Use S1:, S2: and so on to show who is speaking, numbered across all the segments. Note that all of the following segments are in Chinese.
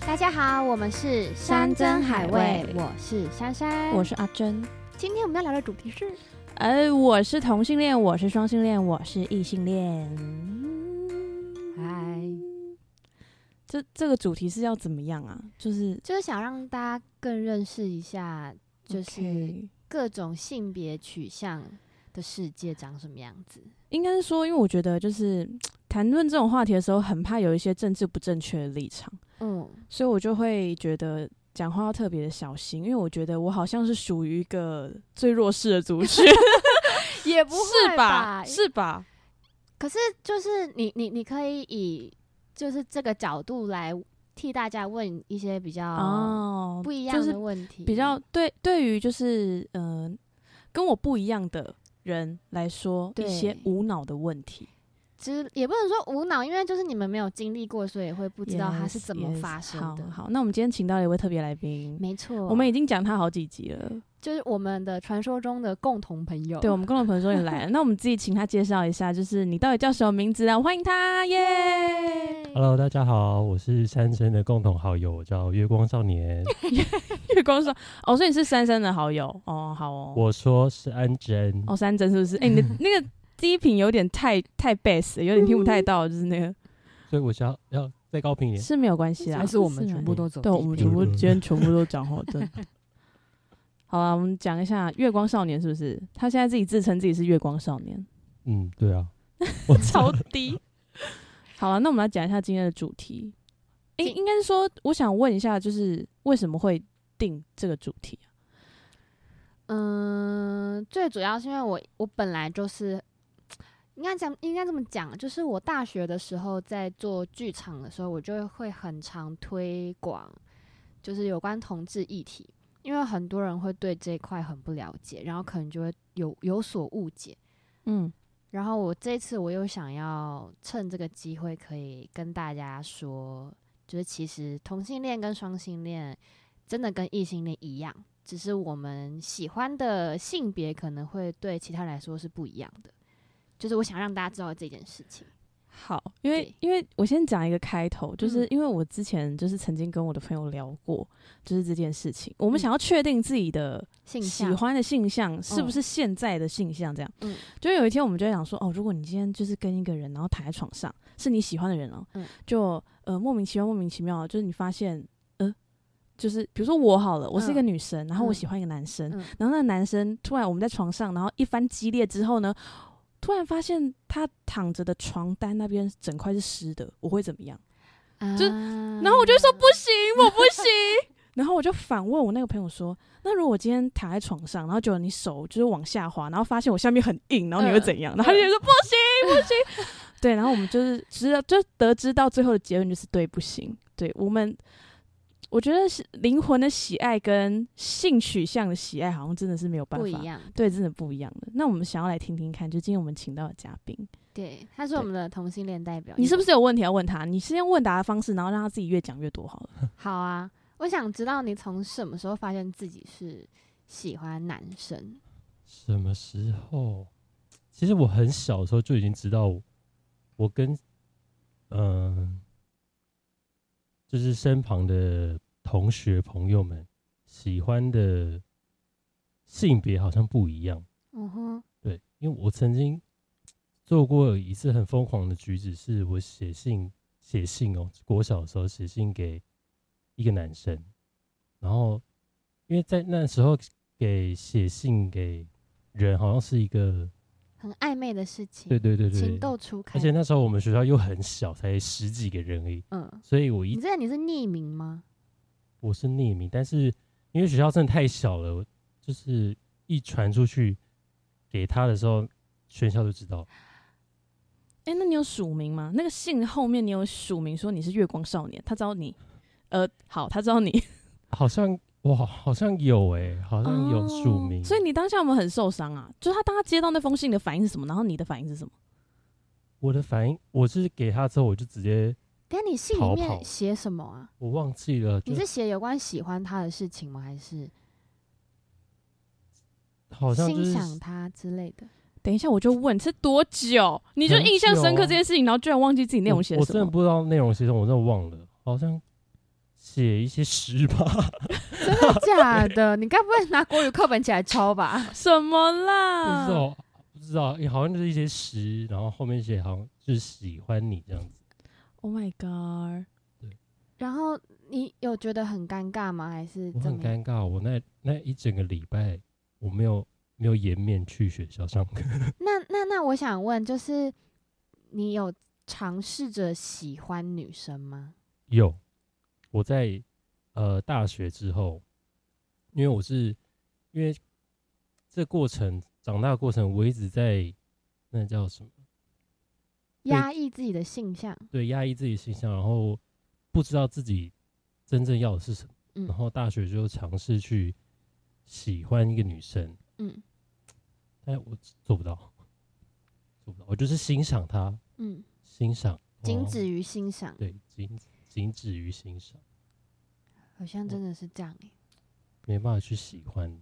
S1: 大家好，我们是
S2: 山珍海味
S1: 我是珊珊，
S2: 我是阿珍。
S1: 今天我们要聊的主题是
S2: 呃，我是同性恋，我是双性恋，我是异性恋。
S1: 嗨，
S2: 这这个主题是要怎么样啊？就是
S1: 就是想让大家更认识一下，就是
S2: OK
S1: 各种性别取向的世界长什么样子。
S2: 应该是说，因为我觉得就是谈论这种话题的时候，很怕有一些政治不正确的立场，
S1: 嗯，
S2: 所以我就会觉得讲话要特别的小心，因为我觉得我好像是属于一个最弱势的族群，
S1: 也 不会
S2: 是吧？是吧？
S1: 可是就是你你你可以以就是这个角度来替大家问一些比较
S2: 哦，
S1: 不一
S2: 就
S1: 样
S2: 是
S1: 的问题，
S2: 比较对，对于就是嗯、呃跟我不一样的人来说，一些
S1: 对
S2: 无脑的问题，
S1: 之也不能说无脑，因为就是你们没有经历过，所以会不
S2: 不
S1: 知道它是怎么发生的。
S2: 好好，那我们今天请到了一位特别来宾，
S1: 没错，
S2: 我们已经讲他好几集了，
S1: 就是我们的传说中的共同朋友。
S2: 对我们共同朋友说也来了，那我们自己请他介绍一下，就是你到底叫什么名字啊？欢迎他耶
S3: Hello，大家好，我是三生的共同好友，我叫月光少年。
S2: 月光说哦，所以你是珊珊的好友哦，好哦，
S3: 我说是安珍，
S2: 哦山珍是不是？哎、你的那个低频有点太太 bass，了有点听不太
S1: 嗯
S2: 到，就是那个
S3: 所以我想要要再高频一点。
S2: 是没有关系啊，
S4: 还是我们
S2: 没
S4: 全部都走
S2: 对，
S4: 地
S2: 我们
S4: 陪
S2: 全部
S3: 嗯
S2: 今天全部都讲好的。好啊啦，我们讲一下月光少年是不是？他现在自己自称自己是月光少年，
S3: 嗯，对啊，
S2: 超低。 好了，那我们来讲一下今天的主题。诶、
S1: 今
S2: 应该是说，我想问一下，就是为什么会定这个主题啊？
S1: 嗯，最主要是因为我我本来就是。应该讲，应该这么讲，就是我大学的时候在做剧场的时候，我就会很常推广，就是有关同志议题，因为很多人会对这一块很不了解，然后可能就会有有所误解。
S2: 嗯，
S1: 然后我这次我又想要趁这个机会，可以跟大家说，就是其实同性恋跟双性恋真的跟异性恋一样，只是我们喜欢的性别可能会对其他人来说是不一样的。就是我想让大家知道这件事情。
S2: 好，因为
S1: 对
S2: 因为我先讲一个开头，就是
S1: 嗯
S2: 因为我之前就是曾经跟我的朋友聊过，就是这件事情，
S1: 嗯
S2: 我们想要确定自己的
S1: 性
S2: 喜
S1: 向，
S2: 欢的性向是不是现在的性向？这样，
S1: 嗯
S2: 就有一天我们就会想说，哦，如果你今天就是跟一个人，然后躺在床上，是你喜欢的人哦，
S1: 嗯
S2: 就呃莫名其妙，莫名其妙，就是你发现，呃，就是比如说我好了，我是一个女生，然后我
S1: 嗯
S2: 喜欢一个男生，
S1: 嗯
S2: 然后那个男生突然我们在床上，然后一番激烈之后呢，突然发现他躺着的床单那边整块是湿的，我会怎么样？
S1: 啊
S2: 就然后我就会说不行，我不行。 然后我就反问我那个朋友说：“那如果我今天躺在床上，然后觉得你手就是往下滑，然后发现我下面很硬，然后你会怎样？”然后他就说：“不行，不行。 对，然后我们就是知道，就得知到最后的结论就是对，不行。对我们，我觉得是灵魂的喜爱跟性取向的喜爱，好像真的是没有办
S1: 不
S2: 法
S1: 一样。
S2: 对，真的不一样的。那我们想要来听听看，就今天我们请到的嘉宾，
S1: 对，他是我们的同性恋代表。
S2: 你是不是有问题要问他？你先用问答的方式，然后让他自己越讲越多好了。
S1: 好啊？我想知道你从什么时候发现自己是喜欢男生？
S3: 什么时候？其实我很小的时候就已经知道我，我跟嗯、就是身旁的同学朋友们喜欢的性别好像不一样。
S1: 嗯哼，
S3: 对，因为我曾经做过一次很疯狂的举止，是我写信写信哦，国小的时候写信给一个男生，然后因为在那时候给写信给人好像是一个，
S1: 很暧昧的事情。
S3: 对对对
S1: 情
S3: 对，
S1: 窦初开。
S3: 而且那时候我们学校又很小，才十几个人而已，
S1: 嗯，
S3: 所以我
S1: 你
S3: 一
S1: 知道你是匿名吗？
S3: 我是匿名，但是因为学校真的太小了，我就是一传出去给他的时候，全校都知道。
S2: 哎、那你有署名吗？那个姓后面你有署名说你是月光少年，他知道你，呃，好，他知道你
S3: 好像哇，好像有哎、好像有署名，
S2: 哦所以你当下有没有很受伤啊？就是他当他接到那封信的反应是什么？然后你的反应是什么？
S3: 我的反应，我是给他之后，我就直接
S1: 等下你信里
S3: 逃
S1: 面
S3: 跑
S1: 写什么啊？
S3: 我忘记了，就
S1: 你是写有关喜欢他的事情吗？还是
S3: 好像就
S1: 欣
S3: 是
S1: 赏他之类的？
S2: 等一下我就问是多久？你就
S3: 很久
S2: 印象深刻这件事情，然后居然忘记自己内容写
S3: 我
S2: 的
S3: 我
S2: 什
S3: 真的
S2: 么？
S3: 不知道内容写什么，我真的忘了，好像写一些诗吧，
S1: 真的假 的？你该不会拿国语课本起来抄吧？
S2: 什么
S3: 不知
S2: 啦？
S3: 道不知道，好像就是一些诗，然后后面写好像就是喜欢你这样子，
S2: Oh my god！
S1: 然后你有觉得很尴尬吗？还是
S3: 我
S1: 怎
S3: 很
S1: 么样？
S3: 尴尬，我那那一整个礼拜我没有没有颜面去学校上课，
S1: 那那那，我想问，就是你有尝试着喜欢女生吗？
S3: 有，我在呃大学之后，因为我是因为这过程长大的过程，我一直在那叫什么？对
S1: 压抑自己的性向，
S3: 对，压抑自己的形象，然后不知道自己真正要的是什么。
S1: 嗯
S3: 然后大学就尝试去喜欢一个女生，
S1: 嗯
S3: 但我做不到，做不到。我就是欣赏她，
S1: 嗯，
S3: 欣赏，
S1: 仅
S3: 哦
S1: 止于欣赏，
S3: 对，仅仅止于欣赏，
S1: 好
S3: 哦
S1: 像真的是这样欸
S3: 没办法去喜欢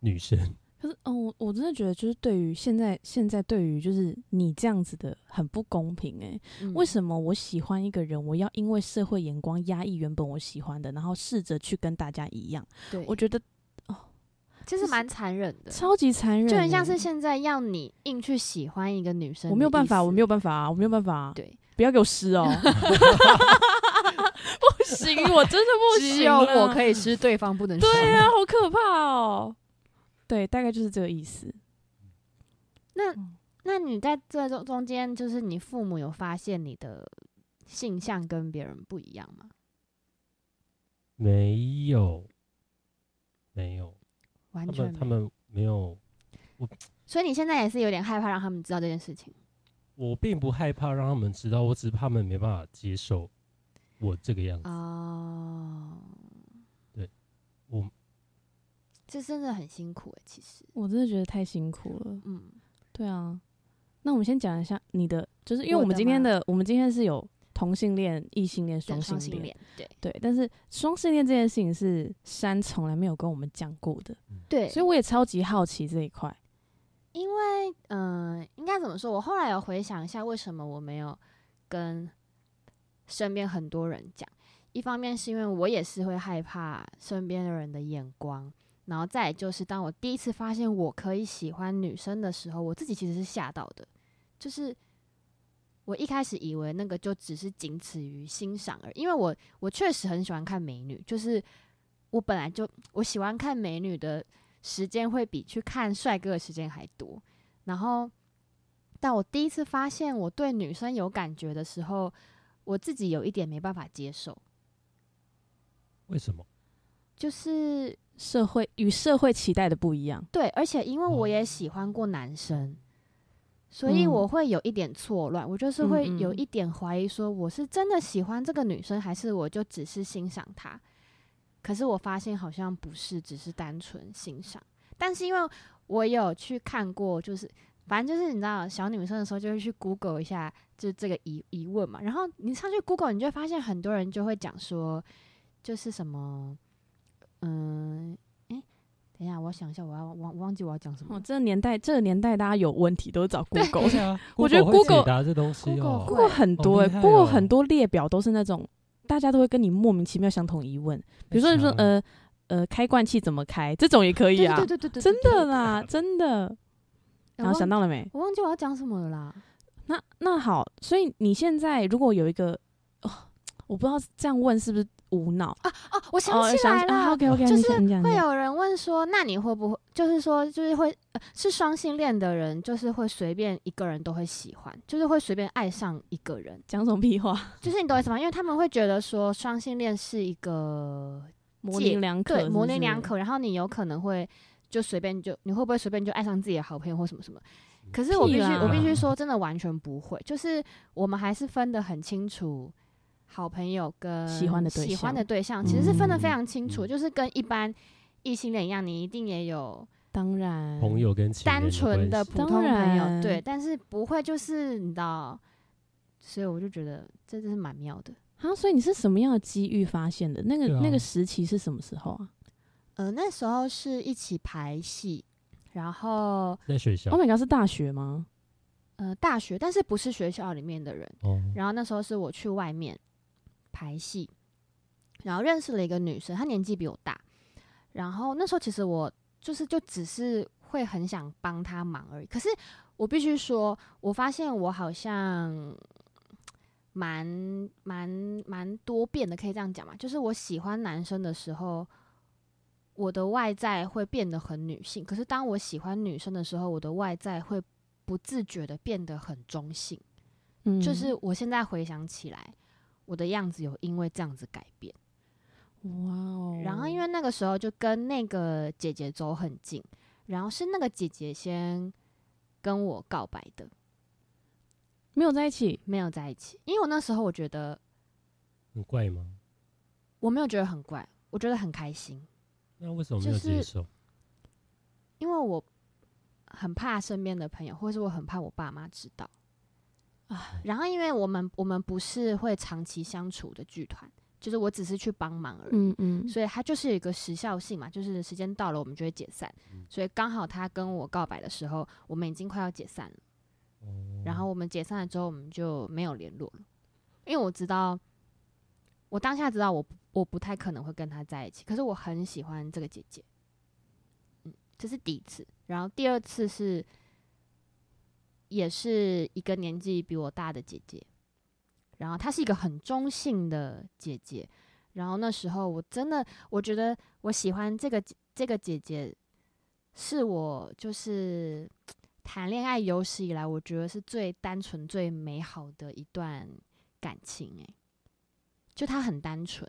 S3: 女生。
S2: 可是，嗯，我我真的觉得，就是对于现在现在对于就是你这样子的很不公平哎、
S1: 嗯
S2: 为什么我喜欢一个人，我要因为社会眼光压抑原本我喜欢的，然后试着去跟大家一样？
S1: 对，
S2: 我觉得
S1: 其实
S2: 就是
S1: 蛮残忍的，
S2: 超级残忍欸、
S1: 就很像是现在要你硬去喜欢一个女生，
S2: 我没有办法，我没
S1: 有
S2: 有办法、啊，我没有办法、啊，
S1: 对，
S2: 不要给我湿 哦，不行，我真的 不行，
S1: 只有我
S2: 以，
S1: 可以吃，对方 不能吃。
S2: 对啊，好可怕哦，对，大概就是这个意思。
S1: 那那你在这中中间，就是你父母有发现你的性向跟别人不一样吗？
S3: 没有，没有，
S1: 完
S3: 他
S1: 全没
S3: 们哦他
S1: 有，
S3: 们没有，
S1: 所以你现在也是有点害怕让他们知道这件事情。
S3: 我并不害怕让他们知道，我只是怕他们没办法接受我这个样
S1: 啊
S3: 子。
S1: 哦，
S3: 对，我
S1: 这真的很辛苦诶，欸其实，
S2: 我真的觉得太辛苦了，
S1: 嗯，
S2: 对啊。那我们先讲一下你的，就是因为
S1: 我
S2: 我们
S1: 的
S2: 今天
S1: 吗
S2: 的，我们今天是有同性恋、异性恋、双
S1: 对
S2: 性
S1: 性
S2: 恋，
S1: 恋，对
S2: 对，但是双性恋这件事情是山从来没有跟我们讲过的，
S1: 对，
S2: 所以我也超级好奇这一块。
S1: 因为，嗯、应该怎么说？我后来有回想一下，为什么我没有跟身边很多人讲。一方面是因为我也是会害怕身边的人的眼光，然后再来就是当我第一次发现我可以喜欢女生的时候，我自己其实是吓到的，就是我一开始以为那个就只是仅此于欣赏而已，因为我我确实很喜欢看美女，就是我本来就我喜欢看美女的时间会比去看帅哥的时间还多。然后，但我第一次发现我对女生有感觉的时候，我自己有一点没办法接受，
S3: 为什么？
S1: 就是
S2: 社会与社会期待的不一样，
S1: 对，而且因为我
S3: 哦
S1: 也喜欢过男生，所以
S2: 嗯
S1: 我会有一点错乱，我就是
S2: 嗯
S1: 会
S2: 嗯
S1: 有一点怀疑，说我是真的喜欢这个女生，还是我就只是欣赏她？可是我发现好像不是，只是单纯欣赏。但是因为我有去看过，就是反正就是你知道，小女生的时候就会去 Google 一下，就这个疑疑问嘛。然后你上去 Google，你就会发现很多人就会讲说，就是什么，嗯，诶，等一下，我想一下，我要忘我忘记我要讲什么
S2: 哦，
S1: 了。
S2: 这个年代，这个年代大家有问题都是找 Google，
S3: 对啊，
S2: 我觉得
S3: Google 会
S2: Google-
S3: 解答这东西哦、
S1: Google-
S2: Google 很多、欸
S3: 好厉害哦
S2: g o o g l e 很多列表都是那种大家都会跟你莫名其妙相同疑问，比如说你说
S3: 太强了
S2: 呃呃开罐器怎么开，这种也可以啊，
S1: 对对对对对，
S2: 真
S1: 对
S2: 的啦，真的。
S1: 对
S2: 然后想
S1: 我忘
S2: 到了没？
S1: 我忘记我要讲什么了啦。
S2: 那那好，所以你现在如果有一个，哦，我不知道这样问是不是无脑，
S1: 哦，我想起来了，
S2: ，OK OK，
S1: 就是
S2: 啊你讲你讲，
S1: 会
S2: 你讲
S1: 有人问说，那你会不会就是说，就是会、呃是双性恋的人，就是会随便一个人都会喜欢，就是会随便爱上一个人，
S2: 讲什么 屁话，
S1: 就是你懂我意思吗？因为他们会觉得说双性恋是一个
S2: 模棱两可，
S1: 对模棱两
S2: 可。
S1: 可，然后你有可能会就随便就你会不会随便就爱上自己的好朋友或什么什么？可是我必
S2: 屁
S1: 须
S2: 啦
S1: 我必须说，真的完全不会，就是我们还是分得很清楚。好朋友跟
S2: 喜欢的对
S1: 喜欢
S2: 象
S1: 的对象，其实是分得非
S3: 嗯
S1: 常清楚，
S3: 嗯
S1: 就是跟一般异性恋一样，你一定也有
S2: 当然，
S3: 朋友跟情人
S1: 单纯的
S3: 的
S1: 普
S3: 关系
S1: 通
S2: 当
S1: 朋友，
S2: 然
S1: 对，但是不会就是你知道，所以我就觉得这真是蛮妙的。
S2: 啊，所以你是什么样的机遇发现的？那个、
S3: 对啊
S2: 那个时期是什么时候啊
S1: 呃，那时候是一起排戏，然后
S3: 在学校
S2: ？Oh
S1: 哦
S2: my god，是大学吗？
S1: 呃大学，但是不是学校里面的人，
S3: 哦，
S1: 然后那时候是我去外面排戏，然后认识了一个女生，她年纪比我大，然后那时候其实我就是就只是会很想帮她忙而已。可是我必须说，我发现我好像蛮蛮蛮多变的，可以这样讲嘛？就是我喜欢男生的时候，我的外在会变得很女性；可是当我喜欢女生的时候，我的外在会不自觉的变得很中性。
S2: 嗯
S1: 就是我现在回想起来，我的样子有因为这样子改变。
S2: 哇哦，
S1: 然后因为那个时候就跟那个姐姐走很近，然后是那个姐姐先跟我告白的，
S2: 没有在一起，
S1: 没有在一起。因为我那时候我觉得
S3: 很怪吗？
S1: 我没有觉得很怪，我觉得很开心，
S3: 那为什么没有
S1: 就是
S3: 接受？
S1: 因为我很怕身边的朋友，或是我很怕我爸妈知道。
S2: 啊，
S1: 然后因为我们我们不是会长期相处的剧团，就是我只是去帮忙而已。
S2: 嗯嗯，
S1: 所以它就是有一个时效性嘛，就是时间到了我们就会解散。
S3: 嗯
S1: 所以刚好他跟我告白的时候，我们已经快要解散了。
S3: 哦
S1: 然后我们解散了之后，我们就没有联络了，因为我知道，我当下知道我不我不太可能会跟他在一起，可是我很喜欢这个姐姐。嗯，这是第一次，然后第二次是也是一个年纪比我大的姐姐，然后她是一个很中性的姐姐，然后那时候我真的我觉得我喜欢这个姐这个姐姐，是我就是谈恋爱有史以来，我觉得是最单纯、最美好的一段感情、欸。就她很单纯，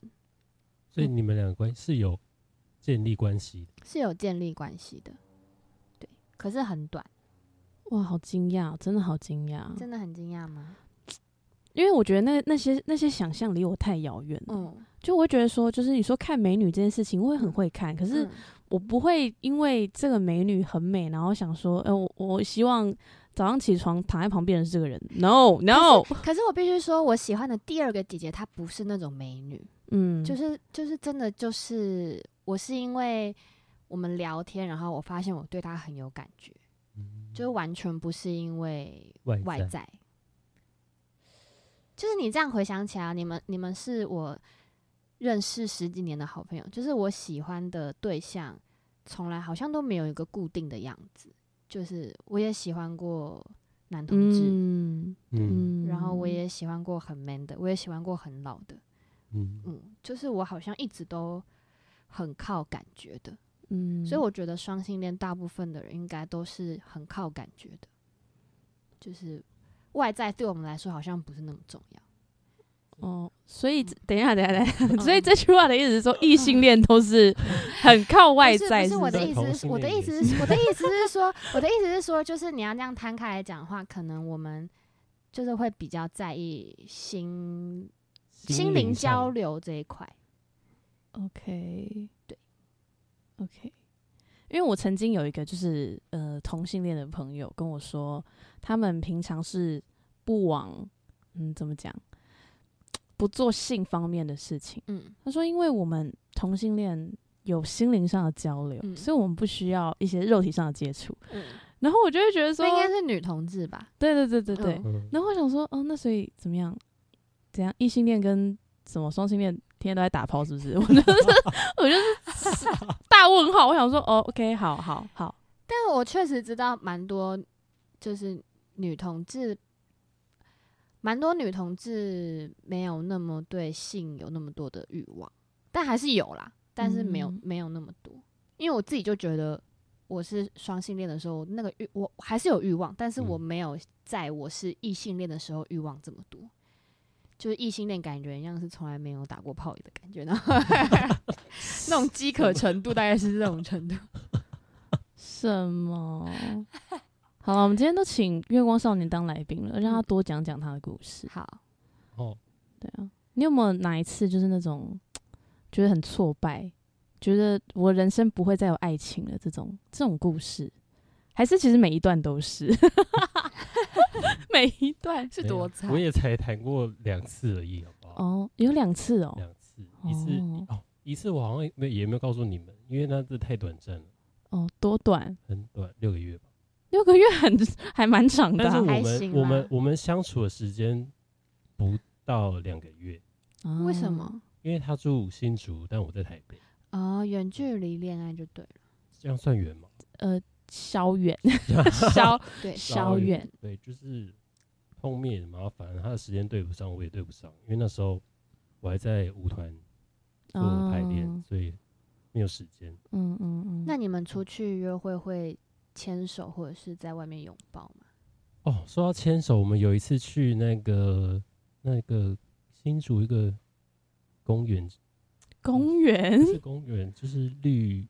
S3: 所以你们两个关是有建立关系的，
S1: 是有建立关系的，对，可是很短，
S2: 哇，好惊讶，真的好惊讶，
S1: 真的很惊讶吗？
S2: 因为我觉得那那些那些想象离我太遥远了，
S1: 嗯，
S2: 就我会觉得说，就是你说看美女这件事情，我会很会看，可
S1: 可
S2: 是我不会因为这个美女很美，然后想说，呃，我我希望早上起床躺在旁边的是这个人，no no，
S1: 可是我必须说，我喜欢的第二个姐姐她不是那种美女，
S2: 嗯，
S1: 就是就是真的就是我是因为我们聊天，然后我发现我对她很有感觉，
S3: 嗯
S1: 就是完全不是因为
S3: 外
S1: 外
S3: 在
S1: 在。就是你这样回想起来，啊你们你们是我认识十几年的好朋友，就是我喜欢的对象，从来好像都没有一个固定的样子。就是我也喜欢过男同志，
S2: 嗯
S3: 嗯
S2: 嗯，
S1: 然后我也喜欢过很 man 的，我也喜欢过很老的，
S3: 嗯，
S1: 嗯，就是我好像一直都很靠感觉的，
S2: 嗯，
S1: 所以我觉得双性恋大部分的人应该都是很靠感觉的，就是外在对我们来说好像不是那么重要。
S2: 哦，所以这等一下，等一下，等
S1: 嗯
S2: 一下，所以这句话的意思是说，异性恋都是很靠外
S1: 不
S2: 在，是
S1: 是不是我
S2: 不
S1: 的
S2: 是
S1: 意思是，我的意思是，我的意思是说，我的意思是说，就是你要这样摊开来讲的话，可能我们就是会比较在意心心灵交
S3: 上
S1: 流这一块。
S2: ？OK，
S1: 对
S2: ，OK。因为我曾经有一个就是呃同性恋的朋友跟我说，他们平常是不往嗯怎么讲，不做性方面的事情。
S1: 嗯
S2: 他说，因为我们同性恋有心灵上的交流，
S1: 嗯
S2: 所以我们不需要一些肉体上的接触。
S1: 嗯，
S2: 然后我就会觉得说
S1: 那，应该是女同志吧？
S2: 对对对对对，
S1: 嗯
S3: 嗯，
S2: 然后我想说，哦，那所以怎么样？怎样？异性恋跟什么双性恋天天都在打炮，是不是？我 就是我就是 大问号。我想说，哦，OK，好好好，
S1: 但我确实知道蛮多，就是女同志，蛮多女同志没有那么对性有那么多的欲望，但还是有啦，但是没有、
S2: 嗯
S1: 没有那么多。因为我自己就觉得我是双性恋的时候，那个欲我还是有欲望，但是我
S3: 嗯
S1: 没有在我是异性恋的时候欲望这么多。就是异性恋感觉像是从来没有打过炮的感觉， 然后那种饥渴程度大概是这种程 度。
S2: 什么？好了，我们今天都请月光少年当来宾了，让他多讲讲他的故事。
S1: 好，
S3: 哦，
S2: 对啊，你有没有哪一次就是那种觉得很挫败，觉得我人生不会再有爱情了这种这种故事？还是其实每一段都是， 每一段
S1: 是
S3: 没有
S1: 多惨
S3: 我？也才谈过两次而已，好不好？
S2: 哦，有两次哦，
S3: 两次，一次
S2: 哦
S3: 哦，一次我好像也没有也没有告诉你们，因为那次太短暂了，
S2: 哦，多短，
S3: 很短，六个月吧。
S2: 六个月很 还蛮长的
S3: 但是
S2: 啊、
S3: 我
S1: 嗯还行
S3: 们
S1: 啦
S3: 我们我们相处的时间不到两个月，
S2: 啊
S1: 为什么？
S3: 因为他住新竹，但我在台北，
S1: 哦，远距离恋爱就对了，
S3: 这样算远吗？
S2: 呃，稍 远，稍
S1: 对，
S2: 稍远，
S3: 对，就是碰面也麻烦，他的时间对不上，我也对不上，因为那时候我还在舞团做排练，
S2: 哦
S3: 所以没有时间。
S2: 嗯嗯嗯。
S1: 那你们出去约会会牵手或者是在外面拥抱吗？
S3: 哦，说到牵手，我们有一次去那个那个新竹一个公园，
S2: 公园
S1: 嗯
S3: 不是公园，就是绿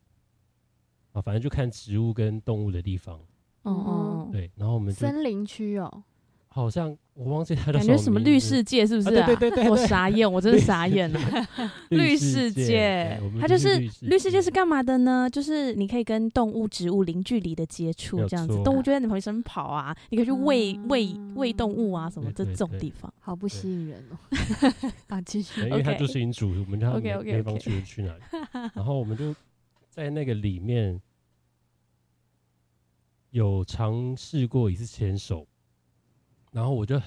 S3: 啊，反正就看植物跟动物的地方。
S1: 嗯
S2: 哦哦，哦
S3: 对，然后我们就
S1: 森林区哦，
S3: 好像我忘记他的
S2: 感觉什么
S3: 名
S2: 绿
S3: 字
S2: 世界是不是
S3: 啊对
S2: 啊？
S3: 对对对
S2: 我
S3: 对
S2: 傻眼，我真的傻眼了。
S3: 绿
S2: 世
S3: 界，对我们
S2: 它就
S3: 去
S2: 是
S3: 绿
S2: 绿世界是干嘛的呢？就是你可以跟动物、植物零距离的接
S3: 没
S2: 触，
S3: 有
S2: 这样子
S3: 错，
S2: 动物就在你旁边身跑啊，你可以去喂喂喂动物啊，什么这
S3: 对对
S2: 种
S3: 对
S2: 地方。
S1: 好不吸引人 哦。啊，继
S3: 对
S1: 续
S3: 因为它
S2: OK
S3: 就是新竹，我们叫他
S2: OK，OK，OK
S3: 没方去去哪里，然后我们就在那个里面有尝试过一次牵手，然后我就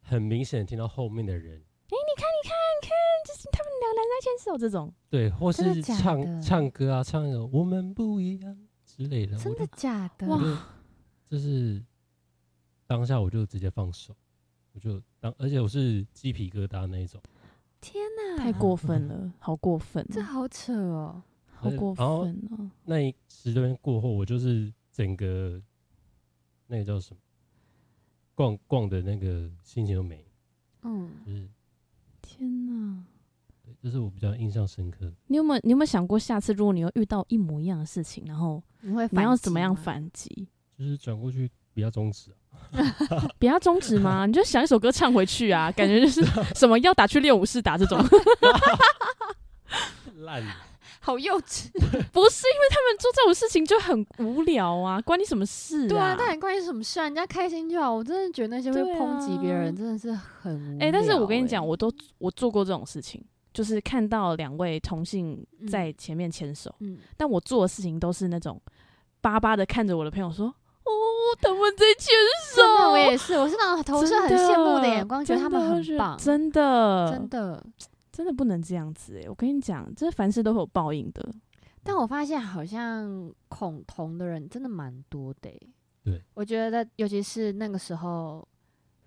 S3: 很明显地听到后面的人
S2: 哎，你看，你看，你看，就是他们两个人在牵手这种，
S3: 对，或
S1: 真的
S3: 是
S1: 假
S3: 唱
S1: 的
S3: 唱歌啊，唱那个我们不一样之类的，
S1: 真
S3: 我
S1: 的
S3: 就
S1: 假的？
S3: 我就就是当下我就直接放手，我就当而且我是鸡皮疙瘩那一种。
S1: 天哪，
S2: 太过分了，好过分哦，
S1: 嗯这好扯哦。
S2: 好过
S3: 然后
S2: 分哦。
S3: 那一时段过后，我就是整个那个叫什么逛逛的那个心情都没，
S1: 嗯，
S3: 就是
S2: 天哪！
S3: 对这是我比较印象深刻的。
S2: 你有没有你有没有想过，下次如果你又遇到一模一样的事情，然后
S1: 你会
S2: 你要
S1: 反
S2: 怎
S1: 击
S2: 么样
S1: 吗？
S2: 反击？
S3: 就是转过去比较终止啊，
S2: 不要终 止吗？你就想一首歌唱回去啊，感觉就是什么要打去练武士打这 种，
S3: 烂的
S1: 好幼稚。
S2: 不是因为他们做这种事情就很无聊啊，关你什么 事、
S1: 对啊
S2: 啊，，
S1: 那你关你什么事啊？人家开心就好。我真的觉得那些会
S2: 对啊
S1: 抨击别人真的是很无
S2: 哎、但是
S1: 聊
S2: 我跟你讲，
S1: 欸
S2: 我都我做过这种事情，就是看到两位同性在前面牵手，
S1: 嗯，
S2: 但我做的事情都是那种巴巴的看着我的朋友说，哦，他们在牵手
S1: 真，的我也是，我是那种投射很
S2: 真
S1: 羡慕的眼光，觉得他
S2: 真的
S1: 们
S2: 是
S1: 很棒，
S2: 真的
S1: 真的。
S2: 真的不能这样子哎、我跟你讲，这凡事都会有报应的。
S1: 但我发现好像恐同的人真的蛮多的欸、
S3: 对，
S1: 我觉得尤其是那个时候，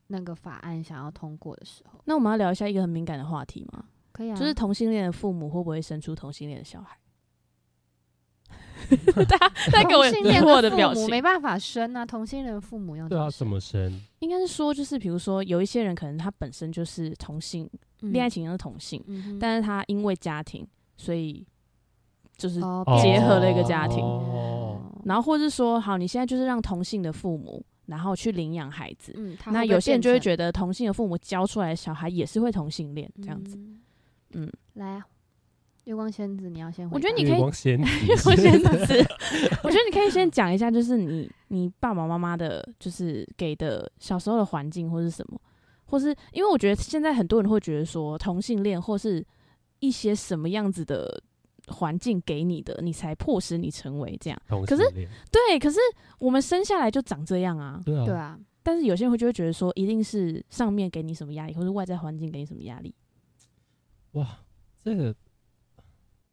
S1: 那个法案想要通过的时候，
S2: 那我们要聊一下一个很敏感的话题吗？
S1: 可以啊，
S2: 就是同性恋的父母会不会生出同性恋的 小孩？大家大家给我
S1: 同性恋
S2: 疑惑的表
S1: 父母
S2: 情，
S1: 没办法生啊，同性恋父母要
S3: 对啊，
S1: 怎
S3: 怎
S1: 么
S3: 么生？
S2: 应该是说就是比如说有一些人可能他本身就是同性，
S1: 生
S2: 恋爱，倾向是同性，
S1: 嗯嗯哼
S2: 但是他因为家庭，所以就是
S1: 哦
S2: 结合了一个家庭
S3: 哦，
S2: 然后或是说好，你现在就是让同性的父母，然后去领养孩子。
S1: 嗯，他
S2: 那
S1: 会不
S2: 有
S1: 会
S2: 些人就会
S1: 变
S2: 觉得同性的父母教出来的小孩也是会同性恋
S1: 成
S2: 这样子，
S1: 嗯
S2: 嗯，
S1: 来啊，月光仙子，你要先回答，
S2: 我觉得你可以
S3: 月光仙 子，
S2: 我先子，我觉得你可以先 讲一下，就是你你爸爸妈妈的，就是给的小时候的环境或是什么，或是因为我觉得现在很多人会觉得说同性恋或是一些什么样子的环境给你的，你才迫使你成为这样。
S3: 同
S2: 可
S3: 性
S2: 是
S3: 恋，
S2: 对，可是我们生下来就长这样啊。
S3: 对啊，
S1: 对啊，
S2: 但是有些人会就会觉得说，一定是上面给你什么压力，或是外在环境给你什么压力。
S3: 哇，这个，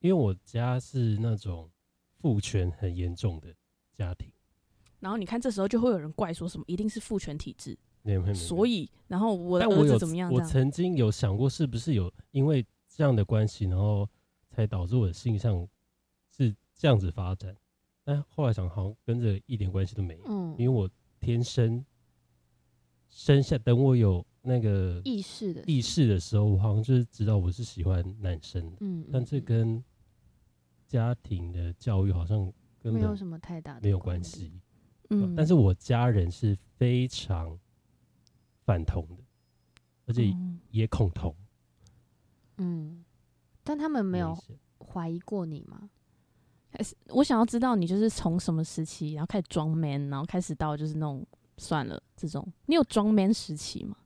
S3: 因为我家是那种父权很严重的家庭，
S2: 然后你看，这时候就会有人怪说什么一定是父权体制，
S3: 没有没有没有
S2: 所以然后我的
S3: 但
S2: 儿
S3: 我有
S2: 子怎么样这啊
S3: 我
S2: 样？
S3: 曾经有想过，是不是有因为这样的关系，然后才导致我的性向是这样子发展？但后来想，好像跟这一点关系都没有，
S1: 嗯，
S3: 因为我天生生下，等我有那个
S1: 意识的
S3: 意识的时候，我好像就是知道我是喜欢男生的，
S1: 嗯，
S3: 但这
S1: 嗯
S3: 跟家庭的教育好像根
S1: 没有
S3: 本
S1: 什么太大的
S3: 没有关，系。
S2: 嗯，
S3: 但是我家人是非常反同的，而且
S2: 嗯
S3: 也恐同。
S1: 嗯，但他们没
S3: 危
S1: 有
S3: 险
S1: 怀疑过你吗？
S2: 开始，我想要知道你就是从什么时期，然后开始装 man，然后开始到就是那种算了这种，你有装 man 时期吗？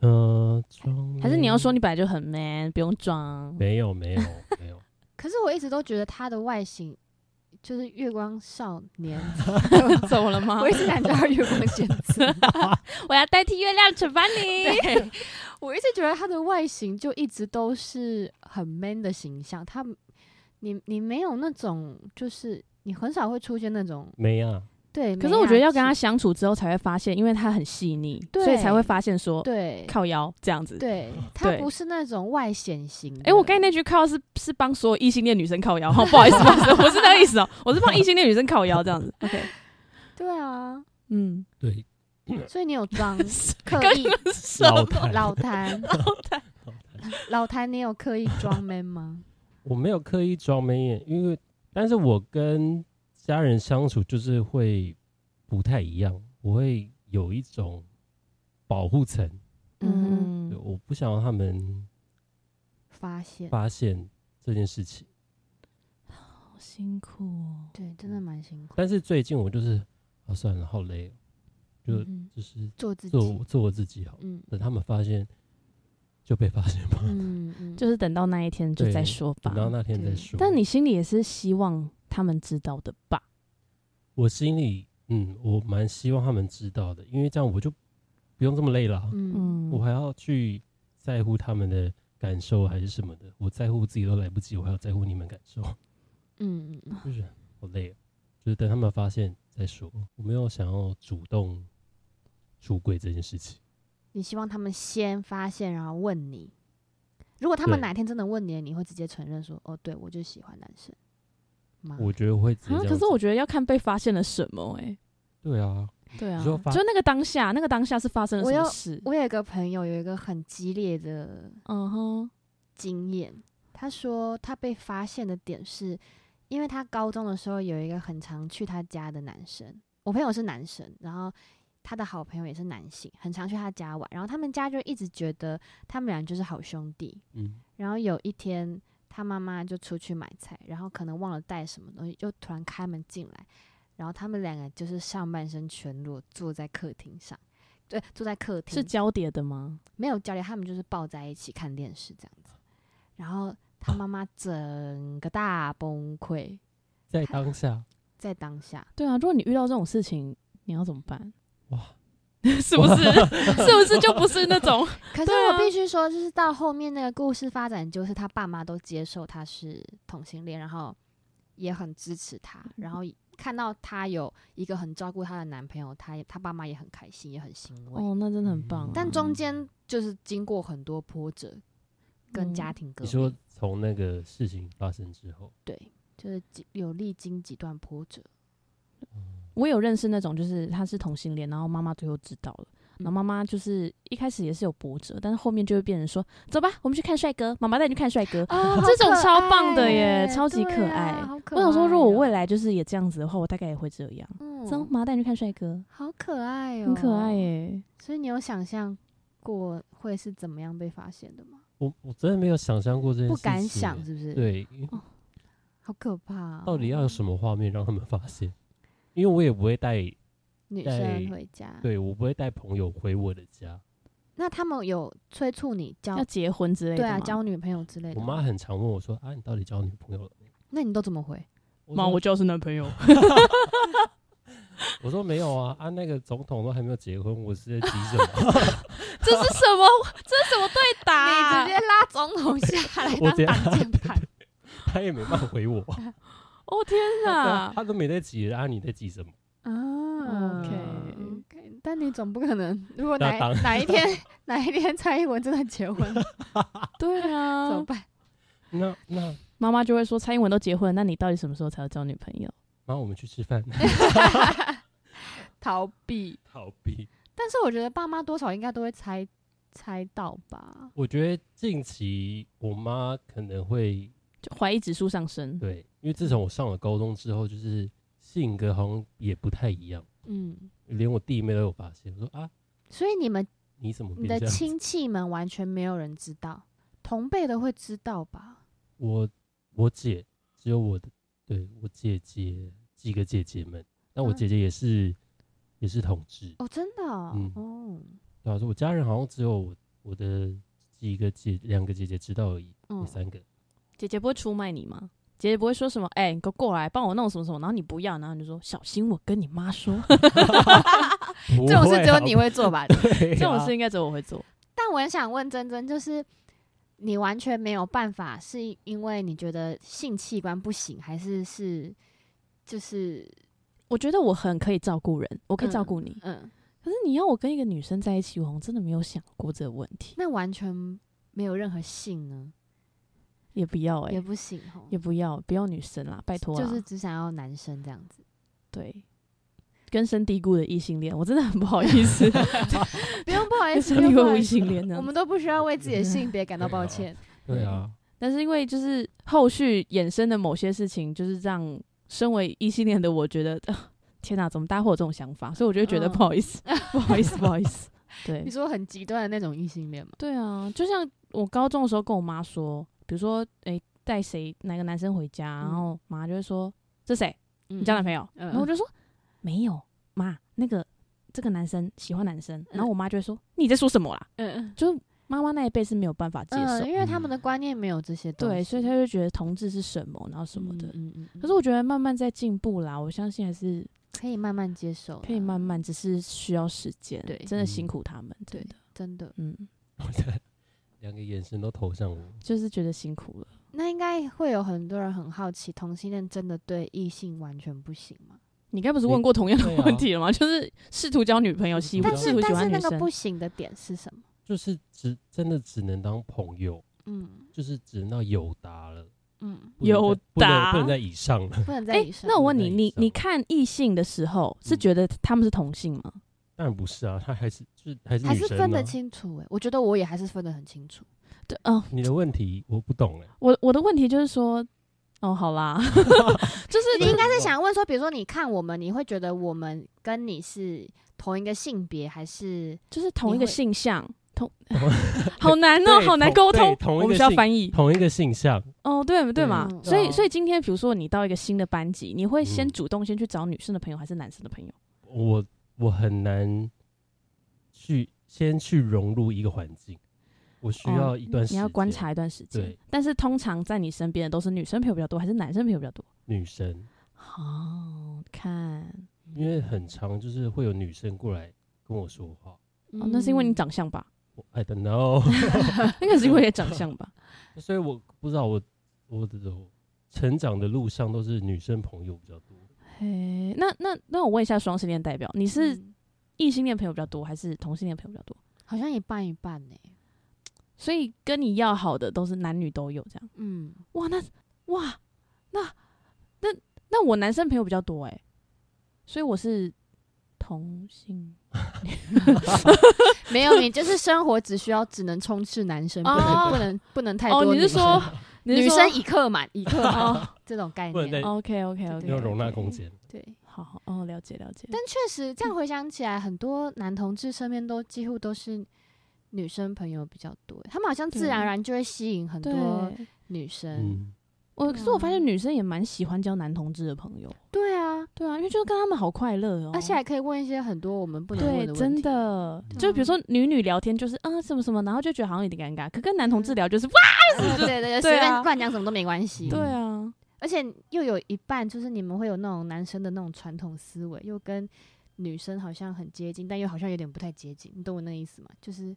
S3: 呃，装
S2: 还是你要说
S3: 你
S2: 你本来就很 man，不用装？
S3: 没有没有没有，
S1: 可是我一直都觉得他的外形就是月光少 年，
S2: 怎么了 吗
S1: 我一直感觉他月光仙子。
S2: 我要代替月亮惩罚你。
S1: 对我一直觉得他的外形就一直都是很 man 的形象，他你你没有那种就是你很少会出现那种
S3: 没啊，
S1: 对，
S2: 可是
S1: 美
S2: 我觉得
S1: 亚
S2: 要跟
S1: 气
S2: 他相处之后才会发现，因为他很细腻，
S1: 对
S2: 所以才会发现说
S1: 对
S2: 靠腰这样子。
S1: 对，他
S2: 对
S1: 不是那种外显型的。
S2: 哎、我刚才那句靠是是帮所有异性恋女生靠腰，好不好意思，不好意思，我不是那个意思哦、我是帮异性恋女生靠腰 这样子。OK，
S1: 对啊，
S2: 嗯，
S3: 对，
S1: 所以你有装 刻
S2: 跟
S1: 意
S2: 什
S3: 老
S2: 么？
S3: 太
S1: 老 谭老谭，你有刻意装 man 吗？
S3: 我没有刻意装眉眼，因为但是我跟家人相处就是会不太一样，我会有一种保护层，
S1: 嗯哼，
S2: 嗯
S3: 对，我不想让他们
S1: 发现
S3: 发现这件事情。
S2: 好辛苦哦、
S1: 对，真的蛮辛苦。
S3: 但是最近我就是啊，算了，好累、哦，就
S1: 嗯哼
S3: 就是
S1: 做自
S3: 做
S1: 己
S3: 我，做我自己好了，
S1: 嗯
S3: 等他们发现就被发现吧，
S1: 嗯嗯，
S2: 就是等到那一天就
S3: 对
S2: 再说吧
S3: 等。到那天再
S1: 对
S3: 说。
S2: 但你心里也是希望他们知道的吧？
S3: 我心里，嗯，我蛮希望他们知道的，因为这样我就不用这么累了啊。
S1: 嗯
S2: 嗯，
S3: 我还要去在乎他们的感受还是什么的，我在乎自己都来不及，我还要在乎你们感受，
S1: 嗯嗯，
S3: 就是好累、哦，就是等他们发现再说。我没有想要主动出柜这件事情，
S1: 你希望他们先发现，然后问你。如果他们
S3: 对
S1: 哪天真的问你，你会直接承认说：“哦，对我就喜欢男生。”吗？
S3: 我觉得我会直接
S2: 啊
S3: 这，样
S2: 可
S3: 子。
S2: 是我觉得要看被发现了什么、欸，
S3: 对啊，
S2: 哎，对啊，
S3: 你
S2: 就
S3: 说发
S2: 那个当下，那个当下是发生了
S1: 我
S2: 什么
S1: 要
S2: 事？
S1: 我有一个朋友有一个很激烈的
S2: 嗯哼，
S1: 经验。他说他被发现的点是，因为他高中的时候有一个很常去他家的男生，我朋友是男生，然后他的好朋友也是男性，很常去他家玩，然后他们家就一直觉得他们俩就是好兄弟。
S3: 嗯，
S1: 然后有一天，他妈妈就出去买菜，然后可能忘了带什么东西，就突然开门进来，然后他们两个就是上半身全裸坐在客厅上，对，坐在客厅
S2: 是交叠的吗？
S1: 没有交流，他们就是抱在一起看电视这样子。然后他
S2: 哦
S1: 妈妈整个大崩溃，
S3: 在当下，
S1: 在当下，
S2: 对啊，如果你遇到这种事情，你要怎么办？
S3: 哇，
S2: 是不是？ 是不是就不是那种？
S1: 可是
S2: 对啊
S1: 我必须说，就是到后面那个故事发展，就是他爸妈都接受他是同性恋，然后也很支持他，
S2: 嗯
S1: 然后看到他有一个很照顾他的男朋友，他也他爸妈也很开心，也很欣慰。
S2: 哦，那真的很棒、啊。
S1: 但中间就是经过很多波折跟家
S2: 嗯
S1: 庭革
S3: 你
S1: 命，
S3: 说从那个事情发生之后，
S1: 对，就是几有历经几段波折，
S2: 我有认识那种，就是他是同性恋，然后妈妈最后知道了，然后妈妈就是一开始也是有波折，但是后面就会变成说，走吧，我们去看帅哥，妈妈带你去看帅哥。
S1: 啊
S2: 这种超棒的耶超级可爱哦我想说，如果我未
S1: 来，
S2: 来就是也这样子的话，我大概也会这样。走，
S1: 哦嗯，
S2: 妈妈带你去看帅哥，
S1: 好可爱哦，
S2: 很可爱耶、
S1: 所以你有想象过会是怎么样被发现的吗？
S3: 我我真的没有想象过这件事
S1: 不
S3: 情，欸
S1: 敢想，是不是？，
S3: 对，
S1: 好可怕哦、
S3: 到底要有什么画面让他们发现？因为我也不会带，
S1: 女
S3: 在
S1: 生回家？
S3: 对我不会带朋友回我的家。
S1: 那他们有催促你交
S2: 要结婚之类的
S1: 对啊
S2: 吗
S1: 交女朋友之类的
S3: 我
S1: 吗？
S3: 妈很常问我说：“啊，你到底交女朋友了没
S1: 那你都怎么回？？”
S2: 妈，
S3: 说
S2: 我就是男朋友。
S3: 我说没有啊，啊，那个总统都还没有结婚，我是在急什么？
S2: 这是什么？ 这是什么对打啊、
S1: 你直接拉总统下来
S3: 我
S1: 当
S3: 直接
S1: 挡箭 牌，
S3: 他也没办法回我，
S2: 哦 天哪！
S3: 他都没在急了，啊，你在急什么？
S1: 啊
S2: OK
S1: OK，但你总不可能，如果哪
S3: 那当
S1: 哪一天 哪一天蔡英文真的结 婚了，
S2: 对
S1: 怎
S2: 啊
S1: 么，办？
S3: 那那，
S2: 妈妈就会说蔡英文都结婚，那你到底什么时候才要交女朋友？
S3: 然后我们去吃饭，
S1: 逃避。
S3: 逃避。
S1: 但是我觉得爸妈多少应该都会猜猜到吧。
S3: 我觉得近期我妈可能会
S2: 就怀疑指数上升。
S3: 对，因为自从我上了高中之后，就是性格好像也不太一样，
S1: 嗯，
S3: 连我弟妹都有发现。我说啊，
S1: 所以你们
S3: 你怎么
S1: 你的
S3: 变这样子？
S1: 亲戚们完全没有人知道，同辈的会知道吧？
S3: 我我姐只有我的，对我姐姐几个姐姐们，但我
S1: 嗯
S3: 姐姐也是、也是同志，
S1: 哦，真的哦，
S3: 嗯
S1: 哦
S3: 对啊，我家人好像只有我我的几个姐两个姐姐知道而已，有
S1: 嗯，
S3: 三个。
S2: 姐姐不会出卖你吗？姐姐不会说什么，哎、你给我过来，帮我弄什么什么，然后你不要，然后你就说小心我跟你妈说，
S1: 这种事只有你
S3: 会
S1: 会做吧？
S3: 啊，这
S2: 这种事应该只有我会做。
S1: 但但我很想问珍珍，就是你完全没有办法，是因为你觉得性器官不行，还是是就是
S2: 我觉得我很可以照顾人，我可以照顾你。
S1: 嗯，
S2: 可是你要我跟一个女生在一起，我真的没有想过这个问题，
S1: 那完全没有任何性呢，
S2: 也不要哎、
S1: 也不行哦，
S2: 也不要不要女生啦，拜托啦。
S1: 就是只想要男生这样子。
S2: 对，根深蒂固的异性恋，我真的很不好意思，
S1: 不用不好意
S2: 根
S1: 思，
S2: 深
S1: 哎不用
S2: 蒂固
S1: 不好
S2: 的
S1: 意
S2: 异
S1: 思，
S2: 性恋这
S1: 我
S2: 样
S1: 们。都不需要为自己的性别感到抱歉。
S3: 对啊，
S2: 但是因为就是后续衍生的某些事情，就是让身为异性恋的我觉得，呃天哪、怎么大家会有这种想法？所以我就会觉得
S1: 嗯
S2: 不好意思，不好意思，不好 意思。对
S1: 你，说很极端的那种异性恋吗？
S2: 对啊，就像我高中的时候跟我妈说，比如说，诶、带谁哪个男生回家，然
S1: 嗯
S2: 后妈就会说这谁，
S1: 你
S2: 你交男
S1: 友？
S2: 朋友，
S1: 嗯
S2: 然后我就说没有，妈，那个这个男生喜欢男生，然后我妈就会说你在说什么啦？
S1: 嗯
S2: 就是妈妈那一辈是没有办法接受，
S1: 嗯，因为他们的观念没有这些东西，
S2: 对，所以她就觉得同志是什么，然后什么的。
S1: 嗯嗯嗯
S2: 可是我觉得慢慢在进步啦，我相信还是
S1: 可以慢慢接受，
S2: 可以慢，慢，只是需要时间。
S1: 对
S2: 真的辛
S3: 嗯
S2: 苦他们，
S1: 对
S2: 真的，，
S1: 真的。
S2: 嗯，
S3: 我的两个眼神都投向我。
S2: 就是觉得辛苦了。
S1: 那应该会有很多人很好奇，同性恋真的对异性完全不行吗？
S2: 你该不是
S3: 你
S2: 问过同样的
S3: 对啊嗯
S2: 问题了吗？ 就是试图交女朋友，喜
S3: 你不
S2: 欢
S1: 但
S3: 要
S2: 试
S1: 是
S2: 图喜
S1: 但
S2: 欢
S1: 是
S2: 女
S1: 那个
S2: 生
S1: 不，行的点是什么？
S3: 就是只真的只能当朋友，
S1: 嗯
S3: 就是只能到友达了，
S1: 嗯，
S3: 不能再
S2: 友
S3: 不能
S2: 达
S3: 不能在以上了，
S1: 不能在
S2: 哎
S1: 以，上。
S2: 那我问
S3: 在
S2: 你，
S3: 以
S2: 你
S3: 上
S2: 你看异性的时候是
S3: 啊嗯
S2: 觉得他们是同性吗？
S3: 当然不是啊，他还是就是还是
S1: 还
S3: 女
S1: 是
S3: 生
S1: 分得
S3: 啊
S1: 清楚哎、我觉得我也还是分得很清楚。
S2: 对，嗯，
S3: 你的问题我不懂
S1: 嗯
S3: 哎、
S2: 我我的问题就是说，哦，好啦， 就是
S1: 你应该是想问说，比如说你看我们，你会觉得我们跟你是同一个性别，还是
S2: 就是同一
S1: 你
S2: 个
S1: 会
S2: 性向，同
S3: 同
S2: 好难哦，
S3: 对
S2: 好难
S3: 同
S2: 沟
S3: 对
S2: 通，
S3: 同一
S2: 我
S3: 个
S2: 们需要
S3: 性
S2: 翻译。
S3: 同一个性向，
S2: 哦，对对啊嘛
S1: 嗯，
S2: 所以
S1: 哦
S2: 所以今天比如说你到一个新的班级，你会先
S3: 嗯
S2: 主动先去找女生的朋友还是男生的朋友？
S3: 我我很难去先去融入一个环境，我需
S2: 哦
S3: 要一段时
S2: 你
S3: 间、
S2: 要观察一段时间
S3: 对。
S2: 但是通常在你身边的都是女生朋友比较多还是男生朋友比较多？
S3: 女生，
S2: 哦，看
S3: 因为很长就是会有女生过来跟我说话，
S2: 哦，那是因为你
S1: 嗯
S2: 长相吧？
S3: 我 I don't know，
S2: 那个是因为你的长相吧？
S3: 所以我不知道我我的成长的路上都是女生朋友比较多，
S2: 嘿，那那那我问一下双性恋代表，你是
S1: 嗯
S2: 异性恋朋友比较多还是同性恋朋友比较多？
S1: 好像一半一半呢、
S2: 所以跟你要好的都是男女都有这样。
S1: 嗯，
S2: 哇，那哇，那那那我男生朋友比较多哎、所以我是同性
S1: 没有，你就是生活只需要只能充斥男生，不能
S2: 哦
S1: 不能不能太
S2: 哦，
S1: 多
S2: 你
S1: 女
S2: 是
S1: 生。
S2: 说你
S1: 女
S2: 是说
S1: 生一刻满一刻满
S2: 哦
S1: 这种概
S3: 不能
S1: 念？
S3: 再
S2: ？OK OK
S1: 对
S3: 要
S2: OK，
S3: 容纳空间。
S1: 对，
S2: 好好哦，了解了解。
S1: 但确实这样回想起来，很多男同志身边都几乎都是女生朋友比较多，他们好像自然而然就会吸引很
S2: 对，
S1: 多女生。
S3: 嗯，
S2: 我可是我发
S1: 对
S2: 现
S1: 啊
S2: 女生也蛮喜欢交男同志的朋友，
S1: 对啊，
S2: 对啊，因为就是跟他们好快乐哦，
S1: 而且还可以问一些很多我们不能问
S2: 对，
S1: 的问
S2: 真
S1: 题。
S2: 的，
S3: 对
S2: 就比如
S1: 啊
S2: 说女女聊天，就是啊什么什么，然后就觉得好像有点尴尬。可跟男同志聊就是哇，
S1: 嗯 对对对，随
S2: 对啊
S1: 便乱讲什么都没关系。
S2: 对啊，
S1: 而且又有一半就是你们会有那种男生的那种传统思维，又跟女生好像很接近，但又好像有点不太接近，你懂我那意思吗？就是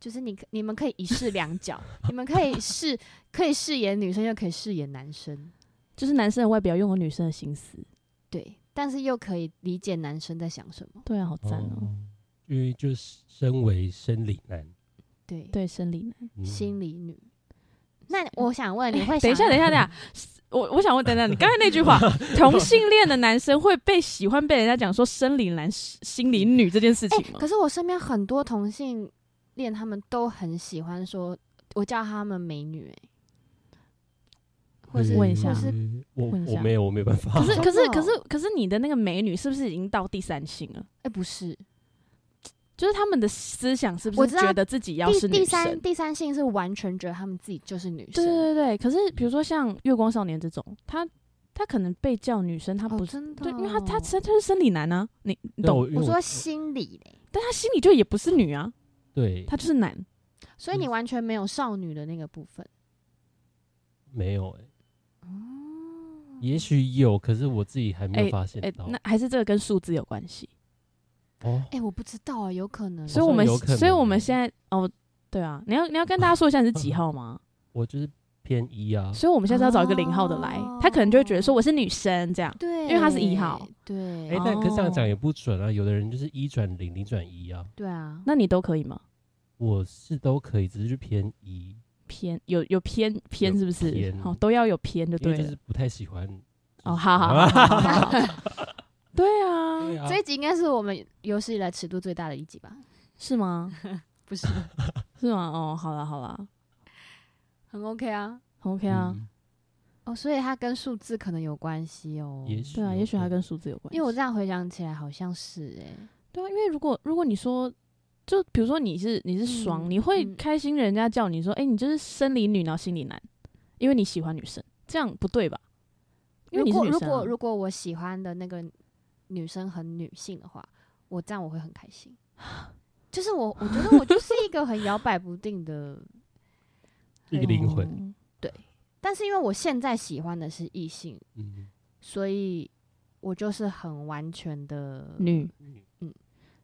S1: 就是你可你们可以一试两脚，你们可以试 可以饰演女生，又可以饰演男生，
S2: 就是男生的外表用了女生的心思，
S1: 对，但是又可以理解男生在想什么，
S2: 对啊，好赞哦，
S3: 因为就是身为生理男，
S1: 对，
S2: 对，生理男。
S3: 嗯
S1: 心理女。那我想问，你会
S2: 哎等一下，
S1: 想
S2: 等一下，等一下，我我想问，等等，你刚才那句话， 同性恋的男生会被喜欢被人家讲说生理男、心理女这件事
S1: 哎、
S2: 情吗
S1: 可？是我身边很多同性恋，他们都很喜欢说，我叫他们美女、欸，或是
S2: 问一下
S1: 或是
S3: 嗯我
S2: 问一
S3: 我
S2: 下
S3: 没有，我没有办法。
S2: 可是，可是，
S1: 真的
S2: 可
S1: 哦
S2: 是，可是，你的那个美女是不是已经到第三性了？
S1: 哎、不是，
S2: 就是他们的思想是不
S1: 我
S2: 是
S1: 知道
S2: 觉得自己要
S1: 第
S2: 是
S1: 第
S2: 女
S1: 三
S2: 生？
S1: 第三性是完全觉得他们自己就是女
S2: 对啊
S1: 生，
S2: 对对。可是，比如说像月光少年这种，他他可能被叫女生，他
S1: 哦
S2: 不是、
S1: 真的哦、
S2: 对，因为他他他就是生理男啊，你你
S3: 对啊
S2: 懂？
S3: 我因为
S1: 我
S3: 我
S1: 说心理嘞，
S2: 但他心里就也不是女啊，
S3: 对
S2: 他就是男。
S1: 所以你完全没有少女的那个部分。
S3: 没有哎，
S1: 哦，
S3: 也许有，可是我自己还没有发现
S2: 哎、
S3: 到。
S2: 那还是这个跟数字有关系。
S3: 哦，
S1: 哎、我不知道啊、有可能。
S2: 所以我们
S3: 有可能
S2: 所以我们现在哦，对啊，你要你要跟大家说一下你是几号 吗？
S3: 我就是偏一啊，
S2: 所以我们下次要找一个零号的来，他可能就会觉得说我是女生这样。
S1: 对，
S2: 因为他是一号，
S1: 对，
S3: 哎、
S2: 哦
S3: 但可是这样讲也不准啊，有的人就是一转零，零转一啊，
S1: 对啊，
S2: 那你都可以吗？
S3: 我是都可以，只是就偏一，
S2: 偏有有偏偏
S3: 有
S2: 是不是？
S3: 偏
S2: 好，都要有偏就
S3: 因
S2: 对
S3: 为就
S2: 了
S3: 是。不太喜欢。
S2: 哦，好好好好，好好 对啊，
S3: 对啊
S1: 这一集应该是我们有史以来尺度最大的一集吧？
S2: 是吗？
S1: 不是，
S2: 是吗？哦，好啦好啦
S1: 很 OK 啊。
S2: 很，OK 啊，
S3: 嗯
S1: 哦，所以它跟数字可能有关系哦。
S3: 嗯也许
S2: 对啊，也许
S3: 有
S2: 它
S3: 可
S2: 跟
S3: 能
S2: 数字有关系。
S1: 因为我这样回想起来，好像是哎、
S2: 对啊，因为如果如果你说，就比如说你是你是双，
S1: 嗯
S2: 你会
S1: 嗯
S2: 开心人家叫你说，哎、你就是生理女，然后心理男，因为你喜欢女生，这样不对吧？因为
S1: 如
S2: 你是
S1: 果
S2: 女
S1: 如
S2: 生啊、
S1: 果如果我喜欢的那个女生很女性的话，我这样我会很开 心。就是我，我觉得我就是一个很摇摆不定的，
S3: 一个灵魂，
S2: 哦
S1: 但是因为我现在喜欢的是异性，
S3: 嗯，
S1: 所以我就是很完全的，
S2: 女，嗯
S1: 嗯，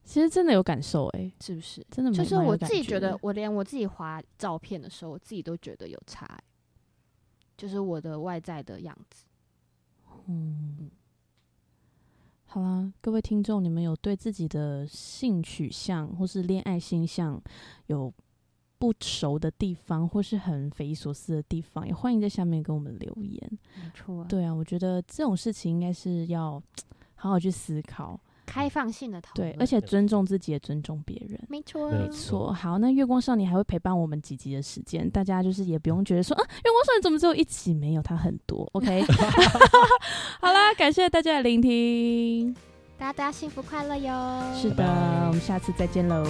S2: 其实真的有感受、哎，
S1: 是不是？
S2: 真的蛮
S1: 就是
S2: 蛮有
S1: 我
S2: 感
S1: 自己觉
S2: 觉
S1: 得
S2: 的，
S1: 我连我自己划照片的时候，我自己都觉得有差欸、就是我的外在的样子。
S2: 嗯。好啦，各位听众，你们有对自己的性取向或是恋爱倾向有不熟的地方，或是很匪夷所思的地方，也欢迎在下面跟我们留言。
S1: 没错，
S2: 对啊，我觉得这种事情应该是要好好去思考，
S1: 开放性的讨
S2: 对
S1: 论，，
S2: 而且
S3: 对
S2: 尊重自己，也尊重别人。
S1: 没错，
S3: 没
S2: 没
S3: 错
S2: 错，好，那月光少年还会陪伴我们几集的时间，大家就是也不用觉得说啊，月光少年怎么只有一集？没有，它很多。OK，好啦，感谢大家的聆听。
S1: 大家幸福快乐哟，
S2: 是的，
S3: 拜拜
S2: 我们下次再见喽，